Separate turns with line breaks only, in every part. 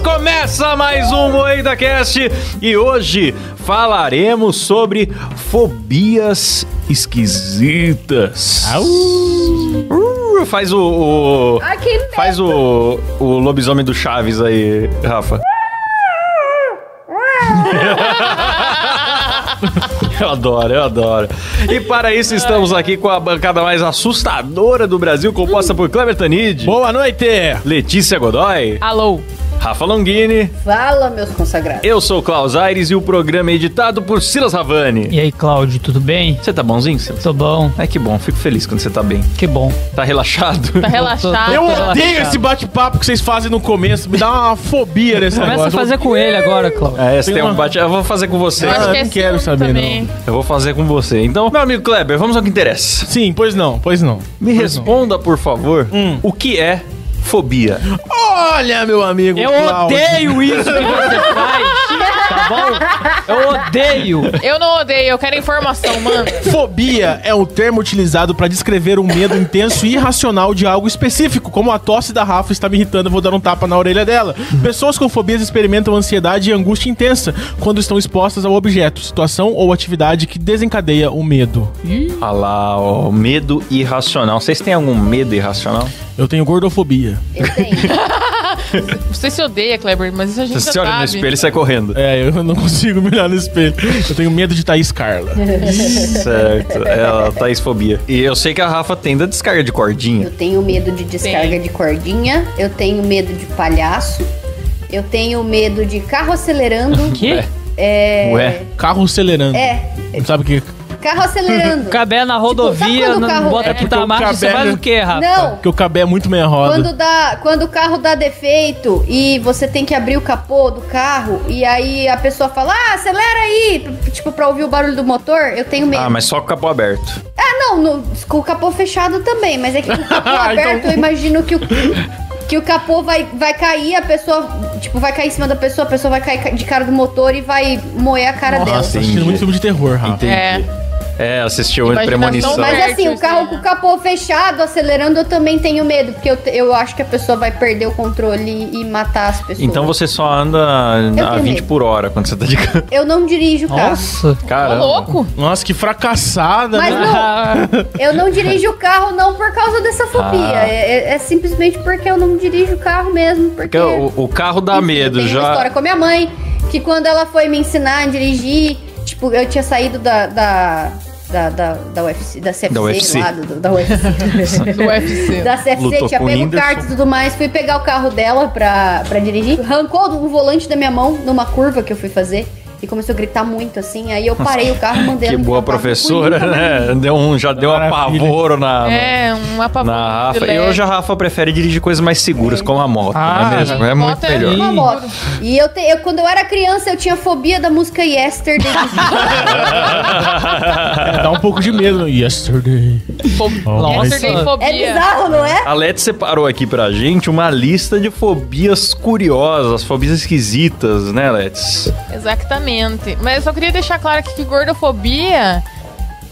Começa mais um Moeda Cast e hoje falaremos sobre fobias esquisitas. Uh, faz o, o
Ai, que medo.
faz o, o lobisomem do Chaves aí, Rafa. Eu adoro, eu adoro. E para isso estamos aqui com a bancada mais assustadora do Brasil, composta por Cleber Tanid,
Boa noite!
Letícia Godoy,
Alô?
Rafa Longini,
Fala, meus consagrados.
Eu sou o Klaus Aires e o programa é editado por Silas Ravani.
E aí, Cláudio, tudo bem?
Você tá bonzinho, Silas?
Tô bom,
É que bom, fico feliz quando você tá bem.
que bom.
Tá relaxado?
Tá relaxado.
Eu
Tô
odeio
relaxado.
esse bate-papo que vocês fazem no começo. Me dá uma fobia nesse
Começa a
negócio.
fazer com ele agora, Cláudio.
É, você tem um bate... Eu vou fazer com você.
Eu acho
Ah,
que é
não quero
ciúme
saber,
também.
Eu vou fazer com você. Então, meu amigo Kleber, vamos ao que interessa.
Sim, pois não, pois não.
Me responda, por favor,
Hum.
o que é fobia?
Olha, meu amigo.
Eu
É, Cláudio.
odeio isso que você faz, tá bom? Eu odeio.
Eu não odeio, eu quero informação, mano.
Fobia é um termo utilizado para descrever um medo intenso e irracional de algo específico, como a tosse da Rafa está me irritando, eu vou dar um tapa na orelha dela. Pessoas com fobias experimentam ansiedade e angústia intensa quando estão expostas a objeto, situação ou atividade que desencadeia o medo.
Ah lá, ó, medo irracional. Vocês têm algum medo irracional?
Eu tenho gordofobia.
Eu tenho.
Você se odeia, Kleber, mas isso a gente
Você se
já
olha no
sabe.
espelho e sai correndo.
É, eu não consigo me olhar no espelho. Eu tenho medo de Thaís Carla.
Certo, ela tá fobia. E eu sei que a Rafa tem da descarga de cordinha.
Eu tenho medo de descarga de cordinha. Eu tenho medo de palhaço. Eu tenho medo de carro acelerando.
Que?
É.
Ué?
Carro acelerando.
É,
Não sabe o que?
carro acelerando.
Cabé na rodovia,
quando o
não
carro-
bota
É
a
porque
puta
o
marcha, você
Cabé-
faz o quê, Rafa?
Não,
Porque o cabé é muito meia roda.
Quando, dá, quando o carro dá defeito e você tem que abrir o capô do carro e aí a pessoa fala, ah, acelera aí, p- tipo, pra ouvir o barulho do motor, eu tenho medo.
Ah,
Ah,
mas só com o capô aberto.
não, no- com o capô fechado também, mas é que com o capô
Ah, então-
aberto eu imagino que o, que o capô vai, vai cair, a pessoa, tipo, vai cair em cima da pessoa, a pessoa vai cair ca- de cara do motor e vai moer a cara dela.
Nossa, assistindo muito filme de terror, Rafa.
Entendi.
É.
É, assistiu antes
Imaginação
premonição.
mais-
Mas assim,
Certo,
o carro com o capô fechado, acelerando, eu também tenho medo, porque eu, te- eu acho que a pessoa vai perder o controle e matar as pessoas.
Então você só anda
Eu
a
tenho
20
medo.
por hora quando você tá de carro.
Eu não dirijo o carro.
Nossa.
Ô,
Caramba.
louco.
Nossa, que fracassada,
Mas
né?
não, eu não dirijo o carro não por causa dessa fobia.
Ah.
É, é- é simplesmente porque eu não dirijo o carro mesmo.
Porque
Porque,
o, o carro dá
Enfim,
Tá medo
eu tenho uma
já.
história com a minha mãe, que quando ela foi me ensinar a dirigir, tipo, eu tinha saído da... da... Da, da, da UFC, da CFC,
Da UFC.
lá, do- do- da UFC.
Do
Tá
UFC.
da CFC,
Lutou
tinha
com o
pego
Whindersson.
cartas e tudo mais, fui pegar o carro dela pra, pra dirigir, arrancou o volante da minha mão numa curva que eu fui fazer e começou a gritar muito assim, aí eu parei o carro, mandei
Que
ela no
boa
descampado, fui
professora,
nunca mais
né? Deu um, já deu um
Maravilha.
apavoro na,
É, um apavoro.
na
de
Rafa. E
leve.
hoje a Rafa prefere dirigir coisas mais seguras, como a moto,
Ah,
não é mesmo?
sim.
É muito
Moto é
melhor.
uma moto. E eu, te- eu- quando eu era criança, eu tinha fobia da música Yesterday.
Dá um pouco de medo. Yesterday.
Nossa.
Yesterday fobia.
é bizarro, não é?
A Let separou aqui pra gente uma lista de fobias curiosas, fobias esquisitas, né, Let's?
Exatamente. Mas eu só queria deixar claro aqui que gordofobia,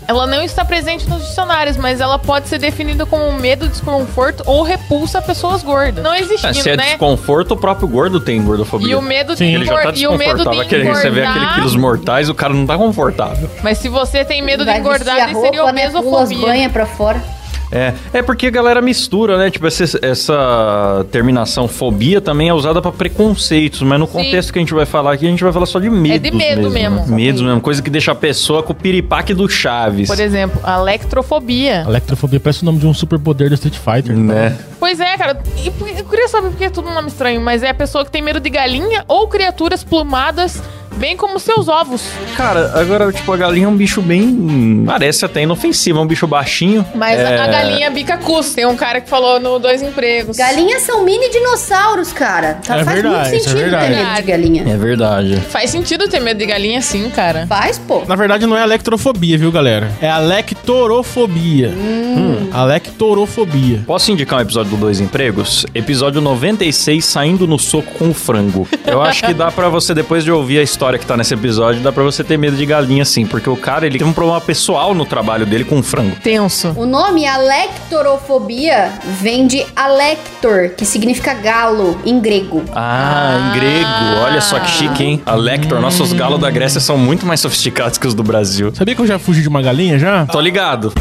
ela não está presente nos dicionários, mas ela pode ser definida como medo, desconforto ou repulsa a pessoas gordas. Não
Ah,
existindo,
Se é
né?
desconforto, o próprio gordo tem gordofobia.
E o medo de
Sim.
Ele já tá
engor- e o medo de
desconfortável. Aquele- Você vê aquele quilos mortais, o cara não tá confortável.
Mas se você tem medo de
Vai vestir
engordar,
a
daí seria
roupa, né? Pula as
obesofobia.
banhas pra fora.
É, é porque a galera mistura, né? Tipo, essa, essa terminação fobia também é usada pra preconceitos, mas no contexto que a gente vai falar aqui, a gente vai falar só de medo.
É de medo mesmo.
Medos mesmo, coisa que deixa a pessoa com o piripaque do Chaves.
Por exemplo, a electrofobia.
Electrofobia parece o nome de um superpoder do Street Fighter.
Né?
Pois é, cara. E por- eu queria saber porque é tudo um nome estranho, mas é a pessoa que tem medo de galinha ou criaturas plumadas, bem como seus ovos.
Cara, agora, tipo, a galinha é um bicho bem. Parece até inofensivo, é um bicho baixinho.
Mas
É,
a, a galinha bica custo. Tem um cara que falou no Dois Empregos.
Galinhas são mini dinossauros, cara. Tá-
É
faz
verdade,
muito
isso é
sentido ter
verdade.
medo de galinha.
É verdade.
Faz sentido ter medo de galinha, sim, cara.
Faz, pô.
Na verdade, não é electrofobia, viu, galera? É alectorofobia. Hum. Alectorofobia.
Posso indicar um episódio do Dois Empregos? Episódio 96, saindo no soco com o frango. Eu acho que dá pra você, depois de ouvir a história que tá nesse episódio, dá pra você ter medo de galinha, sim. Porque o cara, ele teve um problema pessoal no trabalho dele com o frango.
Tenso.
O nome alectorofobia vem de alector, que significa galo em grego.
Ah, Hum. em grego. Olha só que chique, hein? Alector. Nossos galos da Grécia são muito mais sofisticados que os do Brasil.
Sabia que eu já fugi de uma galinha já?
Tô ligado.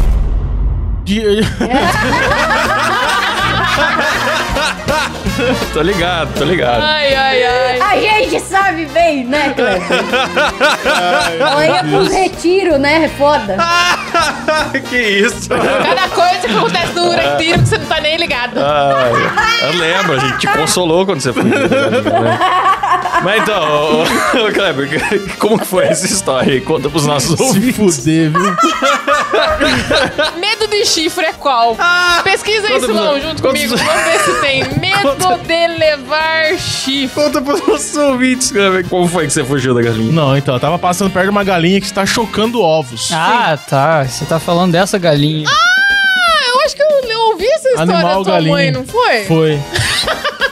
De-
Tô ligado, tô ligado.
Ai, ai, ai.
A gente sabe bem, né, Cleber? Ela ia pro retiro, né? É Foda.
que isso?
Cada coisa que acontece no retiro que você não tá nem ligado.
Ai, eu lembro, a gente te consolou quando você foi. né? Mas então, ô, ô, Kleber, como que foi essa história aí? Conta pros nossos
Se
ouvintes.
fuder, viu?
Medo de chifre é qual? Pesquisa aí,
Quantos-
Silão, junto
quantos-
comigo. Vamos ver se tem. Medo
Quantos-
de levar chifre.
Conta pros nossos ouvintes, Kleber. Como foi que você fugiu da galinha?
Não, então, eu tava passando perto de uma galinha que está chocando ovos.
Ah, tá. Você tá falando dessa galinha.
Ah, eu acho que eu, eu ouvi essa história
Animal
da tua
galinha.
mãe, não foi?
Foi.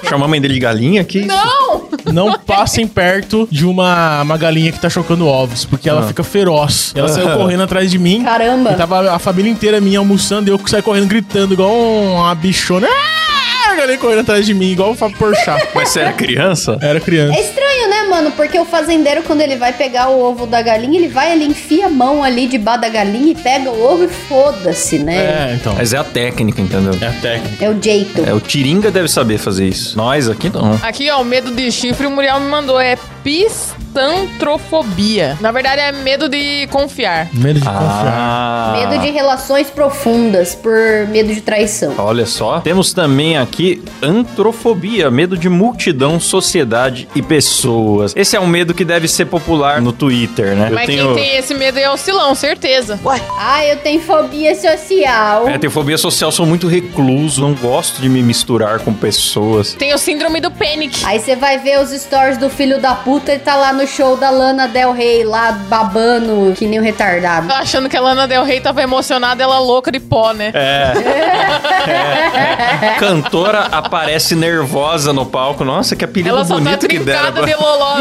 Chamar a mãe dele de galinha? Que isso?
Não!
Não passem perto de uma, uma galinha que tá chocando ovos, porque ela fica feroz. Ela saiu correndo atrás de mim.
Caramba.
E tava a família inteira minha almoçando e eu saí correndo gritando igual uma bichona. Ah, a galinha correndo atrás de mim, igual o Fábio Porchat.
Mas você era criança?
Era criança.
É estranho, né, mano? Porque o fazendeiro, quando ele vai pegar o ovo da galinha, ele vai, ele enfia a mão ali debaixo da galinha e pega o ovo e foda-se, né?
É, então.
Mas é a técnica, entendeu?
É a técnica.
É, o jeito.
É, o Tiringa deve saber fazer isso. Nós aqui não.
Aqui, ó, o medo de chifre, o Muriel me mandou. É pistantrofobia. Na verdade, é medo de confiar.
Medo
Ah,
de confiar.
Medo de relações profundas por medo de traição.
Olha só. Temos também aqui antrofobia, medo de multidão, sociedade e pessoas. Esse é um medo que deve ser popular no Twitter, né?
Mas quem tem esse medo aí é o Silão, certeza.
Ah, eu tenho fobia
um-
social.
É, tenho fobia social, sou muito recluso, não gosto de me misturar com pessoas.
Tem o síndrome do panic.
Aí você vai ver os stories do filho da puta, ele tá lá no show da Lana Del Rey, lá babando, que nem um retardado.
Tô achando que a Lana Del Rey tava emocionada, ela louca de pó, né?
É.
É.
Cantora aparece nervosa no palco. Nossa, que apelido
ela só tá
bonito que deram.
trincada de
agora.
loló.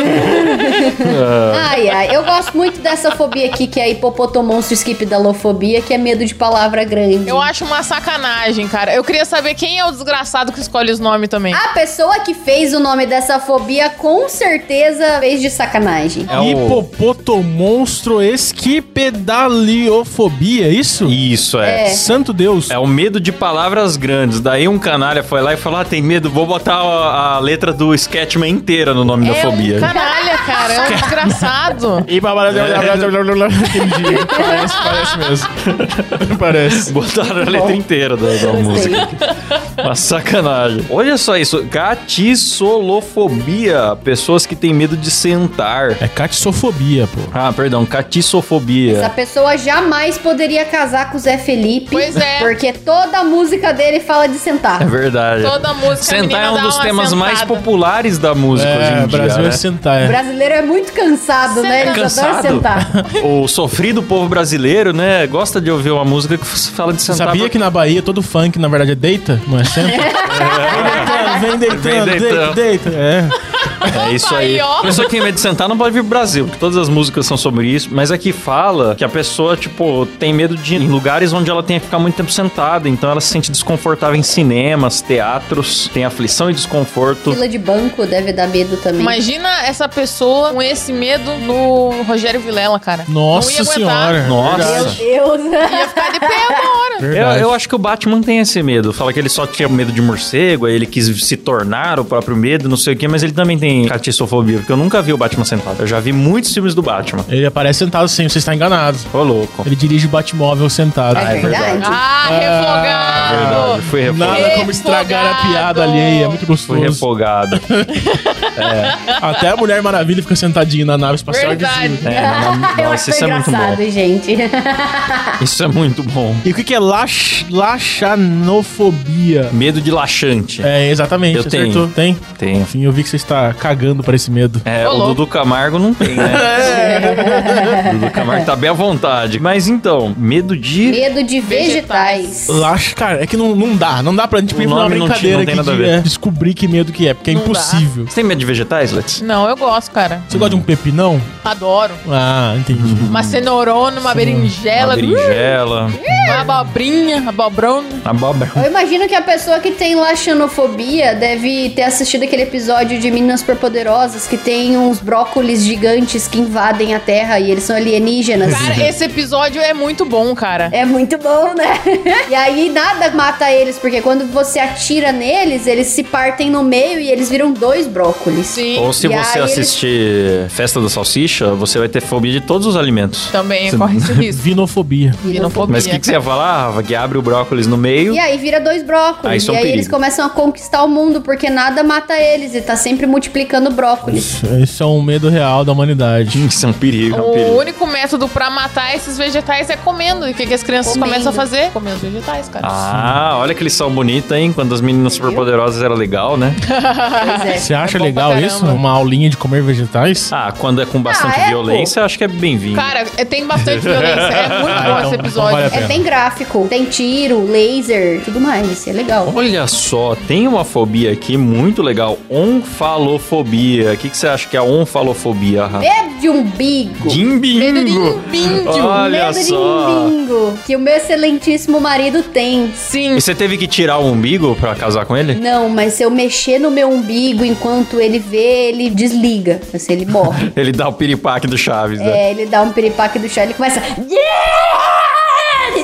Ai, ai, eu gosto muito dessa fobia aqui, que é a hipopotomonstro skip da lofobia, que é medo de palavra grande.
Eu acho uma sacanagem, cara. Eu queria saber quem é o desgraçado que escolhe os nomes também.
A pessoa que fez o nome dessa fobia com certeza fez de sacanagem.
É o-
Hipopotomonstro esquipedaliofobia, isso?
Isso, é.
Santo Deus.
É o medo de palavras grandes. Daí um canalha foi lá e falou: Ah, tem medo, vou botar a, a letra do Sketchman inteira no nome da
é
fobia.
um canalha, cara. É um desgraçado.
E Entendi. Parece, parece mesmo. parece.
Botaram a letra inteira da, da música. Uma sacanagem. Olha só isso. Catissolofobia. Pessoas que têm medo de sentar.
É catissofobia, pô.
Ah, perdão.
Essa
Catissofobia.
pessoa jamais poderia casar com o Zé Felipe.
Pois é.
Porque toda a música dele fala de sentar.
É verdade.
Toda música
sentar é um dos temas mais
populares.
populares da música hoje
É,
em dia.
Brasil
né?
é sentar.
O
é.
brasileiro é muito cansado, né? Eles adoram
Cansado.
sentar.
o sofrido povo brasileiro, né? Gosta de ouvir uma música que fala de sentar.
Sabia que na Bahia todo funk, na verdade, é deita? Não é senta? É. Vem deitando, vem
Vem
deitando,
deitando.
deita, deita. É.
É isso aí.
Aí, ó.
A pessoa que tem medo de sentar não pode vir pro Brasil, porque todas as músicas são sobre isso, mas aqui fala que a pessoa, tipo, tem medo de ir em lugares onde ela tenha que ficar muito tempo sentada, então ela se sente desconfortável em cinemas, teatros, tem aflição e desconforto.
Fila de banco deve dar medo também.
Imagina essa pessoa com esse medo no Rogério Vilela, cara. Não ia
Nossa
aguentar.
senhora. É
Meu
Nossa.
Deus.
Ia ficar de pé uma hora.
Eu, eu acho que o Batman tem esse medo. Fala que ele só tinha medo de morcego, aí ele quis se tornar o próprio medo, não sei o quê, mas ele também tem catissofobia, porque eu nunca vi o Batman sentado. Eu já vi muitos filmes do Batman.
Ele aparece sentado sim, você está enganado.
Ô, louco.
Ele dirige o Batmóvel sentado.
é verdade?
Ah,
Verdade,
refogado.
fui
Nada
refogado.
como estragar a
Refogado.
piada alheia, é muito
Fui
gostoso.
refogado.
Até a Mulher Maravilha fica sentadinha na nave espacial. é
Verdade.
É, não, não,
Eu
nossa,
acho
isso é muito
engraçado,
bom.
gente.
Isso é muito bom.
E o que que é lach, laxanofobia.
Medo de laxante.
É, exatamente.
Eu
acertou. Tem?
Tenho.
Enfim, eu vi que você está cagando para esse medo.
É,
Ô,
o
louco.
Dudu Camargo não tem, né? o Dudu Camargo tá bem à vontade. Mas então, medo de.
Medo de vegetais.
Lax, cara, é que não, não dá. Não dá pra gente
O
tipo, uma
nome não
brincadeira
tinha- não tem
aqui de
nada a ver.
é, descobrir que medo que é, porque é
Não dá.
impossível.
Você tem medo de vegetais, Let's?
Não, eu gosto, cara.
Você gosta de um pepinão?
Adoro.
Ah, entendi.
Uma cenourona, uma berinjela,
Uma berinjela,
Uh!
uma abobrinha, abobrona.
abóbora.
Eu imagino que a pessoa que tem laxanofobia deve ter assistido aquele episódio de Minas Superpoderosas que tem uns brócolis gigantes que invadem a Terra e eles são alienígenas.
Cara, esse episódio é muito bom, cara.
É muito bom, né? E aí nada mata eles, porque quando você atira neles, eles se partem no meio e eles viram dois brócolis.
Sim.
Ou se
E
você
aí eles-
assistir Festa da Salsicha, você vai ter fobia de todos os alimentos.
Também
Você-
corre esse risco.
Vinofobia.
Vinofobia.
Mas o que, que você ia falar, Rafa? Que abre o brócolis no meio.
E aí vira dois brócolis.
Ah, isso é um
e aí
perigo.
eles começam a conquistar o mundo, porque nada mata eles. E tá sempre multiplicando brócolis.
Isso, isso é um medo real da humanidade.
Hum, Isso é um perigo, é um
O
perigo.
único método pra matar esses vegetais é comendo. E o que, que as crianças
Comendo.
começam a fazer? Comer os vegetais, cara.
Ah, olha que lição bonita, hein? Quando as meninas superpoderosas era legal, né?
Pois é.
Você acha
É bom
legal
pra
isso?
caramba.
Uma aulinha de comer vegetais?
Ah, quando é com bastante
Ah, é, pô.
violência, acho que é bem-vindo.
Cara, é- tem bastante violência. É muito
Ah,
bom
então-
esse
então
episódio.
vale a
É-
É bem gráfico. Tem tiro, laser, tudo mais. É legal.
Olha só, tem uma fobia aqui muito legal. Onfalofobia. O que, que você acha que é a onfalofobia, Rafa?
Medo de umbigo.
Medo de
Dimbingo!
imbíndio.
Olha
Medo de
só!
umbigo. Que o meu excelentíssimo marido tem.
Sim.
E você teve que tirar o umbigo pra casar com ele?
Não, mas se eu mexer no meu umbigo enquanto ele vê, ele desliga. Assim, ele morre.
Ele dá o piripaque do Chaves, né?
é, ele dá um piripaque do chá, ele começa.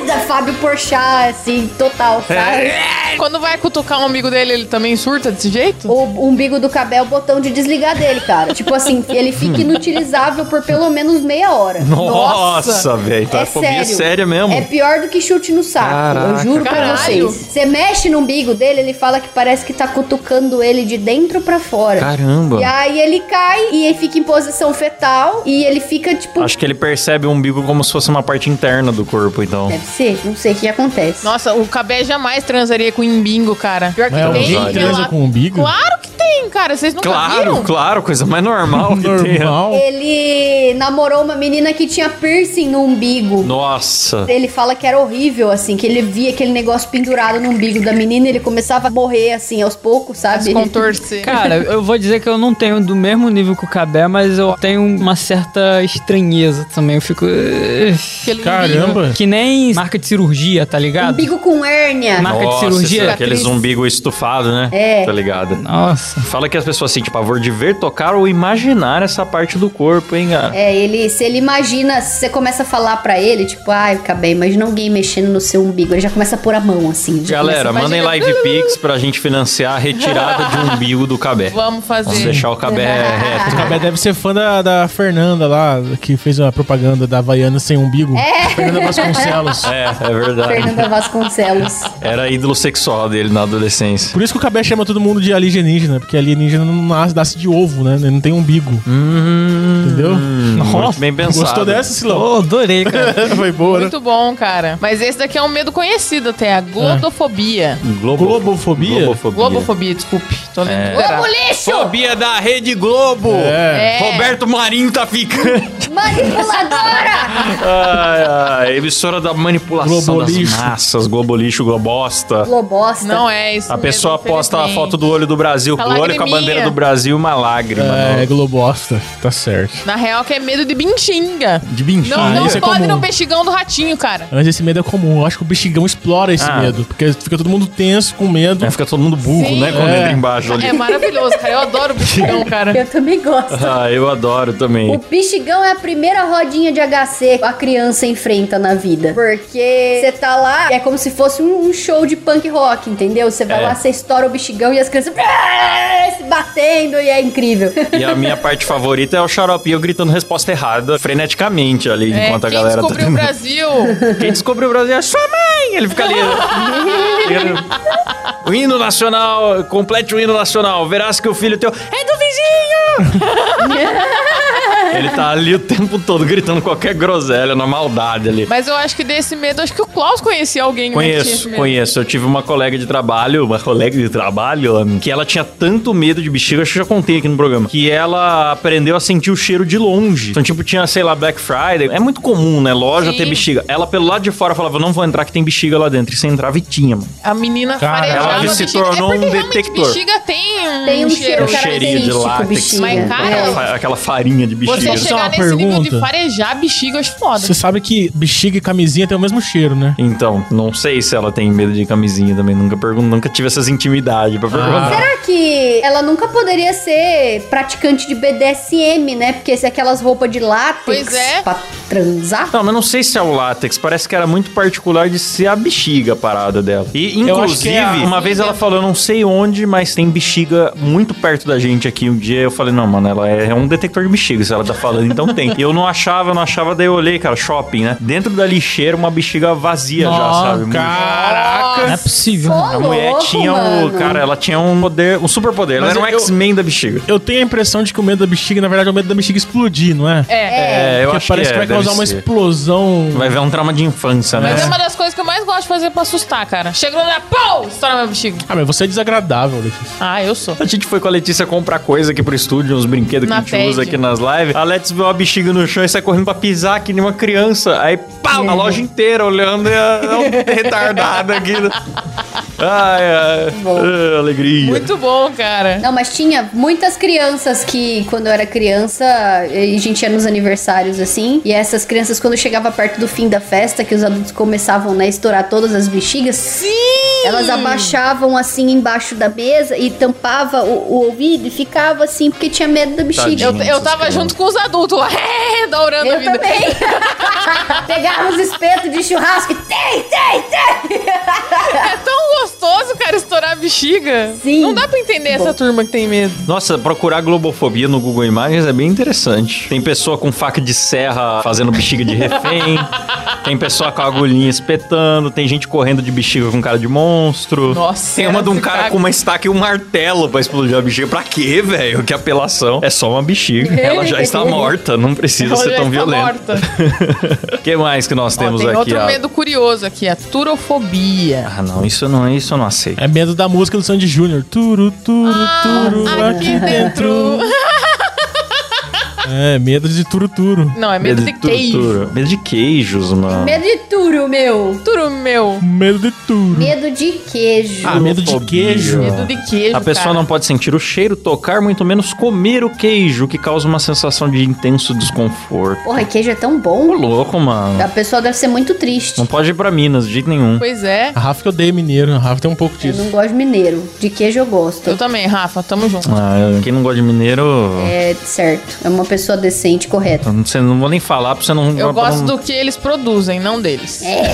Da Fábio Porchat, assim, total,
É.
sabe?
Quando vai cutucar um amigo dele, ele também surta desse jeito?
O umbigo do cabelo é o botão de desligar dele, cara. tipo assim, ele fica inutilizável por pelo menos meia hora.
Nossa, velho. Então é fobia séria mesmo.
É pior do que chute no saco. eu
Caraca.
juro pra
Caralho.
vocês. Você mexe no umbigo dele, ele fala que parece que tá cutucando ele de dentro pra fora.
Caramba.
E aí ele cai e ele fica em posição fetal e ele fica tipo.
Acho que ele percebe o umbigo como se fosse uma parte interna do corpo, então.
Deve ser, não sei o que acontece.
Nossa, o Cabé jamais transaria com imbingo, cara. Pior que
é
Mas alguém
Tem
transa
relato.
com umbigo?
Claro que tem, cara. Vocês
um
nunca
um Claro,
viram?
claro, coisa mais normal que tem.
Normal.
né?
Ele namorou uma menina que tinha piercing no umbigo.
Nossa.
Ele fala que era horrível, assim, que ele via aquele negócio pendurado no umbigo da menina e ele começava a morrer, assim, aos poucos, sabe?
Se contorcer.
Cara, eu vou dizer que eu não tenho do mesmo nível que o Cabé, mas eu tenho uma certa estranheza também. Eu fico. eh,
Aquele imbingo.
Caramba.
Que nem marca de cirurgia, tá ligado?
umbigo com hérnia.
Marca de
Nossa,
cirurgia?
esse- é Aquele
Atriz.
zumbigo estufado, né?
É.
Tá ligado?
Nossa.
Fala que as pessoas assim, sentem pavor de ver, tocar ou imaginar essa parte do corpo, hein, cara?
É, ele, se ele imagina, se você começa a falar pra ele, tipo, ai, acabei, imagina alguém mexendo no seu umbigo. Ele já começa a pôr a mão, assim. já
Galera,
começa a
mandem
imaginar.
live pix pra gente financiar a retirada de um umbigo do Cabé. Vamos
Vamos fazer.
deixar o Cabé reto.
Cabé deve ser fã da, da Fernanda lá, que fez uma propaganda da Havaiana sem umbigo. É. Fernanda Vasconcelos.
É, é
começa-
verdade.
Fernanda Vasconcelos.
Era ídolo sexual dele na adolescência.
Por isso que o Cabé chama todo mundo de alienígena, porque alienígena não nasce, nasce de ovo, né? Ele não tem umbigo.
Hum.
Entendeu?
Muito bem pensado.
Hum. Gostou dessa, Silão?
Oh, adorei, cara.
Foi boa, né?
Muito bom, cara. Mas esse daqui é um medo conhecido até, a
É.
globofobia.
Globo-
Globofobia?
Globofobia.
Globofobia, desculpe. Tô lendo
É.
errado.
Fobia da Rede Globo.
É.
É.
Roberto Marinho tá ficando.
Manipuladora!
ai, ai, emissora da manipulação
Globolixo.
das massas, globolixo, globosta.
Globosta.
Não é isso.
A
mesmo,
pessoa posta a
infelizmente.
foto do olho do Brasil,
Tá
com o olho com a
lagriminha.
bandeira do Brasil e uma lágrima.
É,
né?
globosta. Tá certo.
Na real, que é medo de bintinga.
De bintinga.
Não,
Ah,
não
isso é
pode
comum.
no bexigão do ratinho, cara.
Mas esse medo é comum. Eu acho que o bexigão explora esse
Ah.
medo. Porque fica todo mundo tenso, com medo.
É, fica todo mundo burro,
Sim.
né? Quando
É.
entra embaixo ali.
É maravilhoso, cara. Eu adoro o bexigão, cara.
Eu também gosto.
Ah, eu adoro
O
também.
pichigão é a primeira rodinha de HC que a criança enfrenta na vida. Porque você tá lá, é como se fosse um um show de punk rock, entendeu? Você vai
É.
lá, você estoura o bichigão e as crianças "Ah!" se batendo e é incrível.
E a minha parte favorita é o xaropinho gritando resposta errada freneticamente ali,
É,
enquanto a
quem
galera tá
descobriu o Brasil?
Quem descobriu o Brasil é sua mãe! Ele fica ali. Ele- o hino nacional, complete o hino nacional. Verás que o filho teu é do vizinho! Ele tá ali o tempo todo gritando qualquer groselha na maldade ali.
Mas eu acho que desse medo, acho que o Klaus conhecia alguém que né, tinha esse
Conheço,
medo.
conheço. Eu tive uma colega de trabalho, uma colega de trabalho, homem, que ela tinha tanto medo de bexiga, acho que eu já contei aqui no programa, que ela aprendeu a sentir o cheiro de longe. Então, tipo, tinha, sei lá, Black Friday. É muito comum, né? Loja
Sim.
ter bexiga. Ela, pelo lado de fora, falava, não vou entrar que tem bexiga lá dentro. E você entrava e tinha, mano.
A menina
Cara,
farejava
ela
a
se
bexiga.
tornou
é porque
um
realmente
detector.
bexiga tem um,
Tem um cheiro
cheiro.
Um cheirinho de
característico,
látex.
bexiga.
tipo, Mas, cara,
Aquela
eu-
fa- Aquela farinha de bexiga. é
Você
Deixa eu fazer
chegar
uma
nesse nível de
pergunta.
farejar bexiga, eu acho foda.
Você sabe que bexiga e camisinha tem o mesmo cheiro, né?
Então, não sei se ela tem medo de camisinha também. Nunca pergunto, nunca tive essas intimidades
Ah.
pra perguntar.
Será que ela nunca poderia ser praticante de BDSM, né? Porque se é aquelas roupas de látex
Pois é.
pra transar.
Não, mas não sei se é o látex. Parece que era muito particular de ser a bexiga a parada dela. E,
Eu acho que
inclusive,
é a-
uma vez ela falou, eu não sei onde, mas tem bexiga muito perto da gente aqui. Um dia eu falei, não, mano, ela é, é um detector de bexiga. Se ela tá falando, então tem. E eu não achava, eu não achava, daí eu olhei, cara, shopping, né? Dentro da lixeira, uma bexiga vazia já,
Nossa,
sabe?
Caraca!
Não é possível.
Ô,
A mulher
louco,
tinha
mano.
um. Cara, ela tinha um poder, um super poder. Ela
Mas
era um
eu-
X-Men da bexiga.
Eu tenho a impressão de que o medo da bexiga, na verdade, é o medo da bexiga explodir, não é?
É.
É, eu
Porque
acho
parece que,
que é,
vai causar
deve
uma
ser.
explosão.
Vai ver um trauma de infância, né?
Mas é. uma das coisas que eu mais gosto de fazer pra assustar, cara. Chegou na pau, estoura minha bexiga.
Ah, mas você é desagradável, Letícia.
Ah, eu sou.
A gente foi com a Letícia comprar coisa aqui pro estúdio, uns brinquedos que
Na
a gente
pad.
usa aqui nas lives. A Letícia viu uma bexiga no chão e sai correndo pra pisar que nem uma criança. Aí, pau, a loja inteira olhando e a- é um retardado aqui. Ai, ai,
Bom.
ah, alegria.
Muito bom, cara.
Não, mas tinha muitas crianças que, quando eu era criança, a gente ia nos aniversários assim. E essas crianças, quando chegava perto do fim da festa, que os adultos começavam, né, a estourar todas as bexigas. Sim! Elas abaixavam assim embaixo da mesa e tampava o, o ouvido e ficava assim, porque tinha medo da bexiga.
Eu,
Tadinho.
eu tava
Essas
junto com os adultos lá, é, dourando a
Eu
vida.
também. Pegava os espetos de churrasco. e Tem, tem, tem.
É tão gostoso, cara, estourar a bexiga.
Sim.
Não dá pra entender
Bom.
essa turma que tem medo.
Nossa, procurar globofobia no Google Imagens é bem interessante. Tem pessoa com faca de serra fazendo bexiga de refém. tem pessoa com agulhinha espetando. Tem gente correndo de bexiga com cara de monstro.
Nossa,
Tem uma de um
essa
cara
cara-
com uma estaca e um martelo pra explodir a bexiga. Pra quê, velho? Que apelação. É só uma bexiga. Ela já está morta. Não precisa
Ela
ser
já
tão
está
violenta.
morta.
O que mais que nós
Ó,
temos
tem
aqui?
outro
ó?
medo curioso aqui, a turofobia.
Ah, não. Isso eu não, isso eu não aceito.
É medo da música do Sandy Júnior. Turu, turu, turu,
Aqui dentro.
É, medo de turu, turu.
Não, é medo, de, queijo.
tortura. Medo de queijos, mano.
Medo de tudo, meu.
Turo meu.
Medo de turu.
Medo de queijo.
Ah, medo de
Globofobia.
queijo.
Medo de queijo.
A pessoa
cara.
não pode sentir o cheiro, tocar, muito menos comer o queijo, que causa uma sensação de intenso desconforto.
Porra, queijo é tão
Ô,
bom.
louco, mano.
A pessoa deve ser muito triste.
Não pode ir pra Minas, de jeito nenhum.
Pois é.
A Rafa que odeia mineiro. A Rafa tem um pouco
Eu
disso.
não gosto de mineiro. De queijo eu gosto.
Eu também, Rafa, tamo junto.
Ah, quem não gosta de mineiro.
É certo. É uma pessoa decente, correta.
eu Não, sei, não vou nem falar pra você não.
Eu
pra
gosto
não...
do que eles produzem, não deles.
É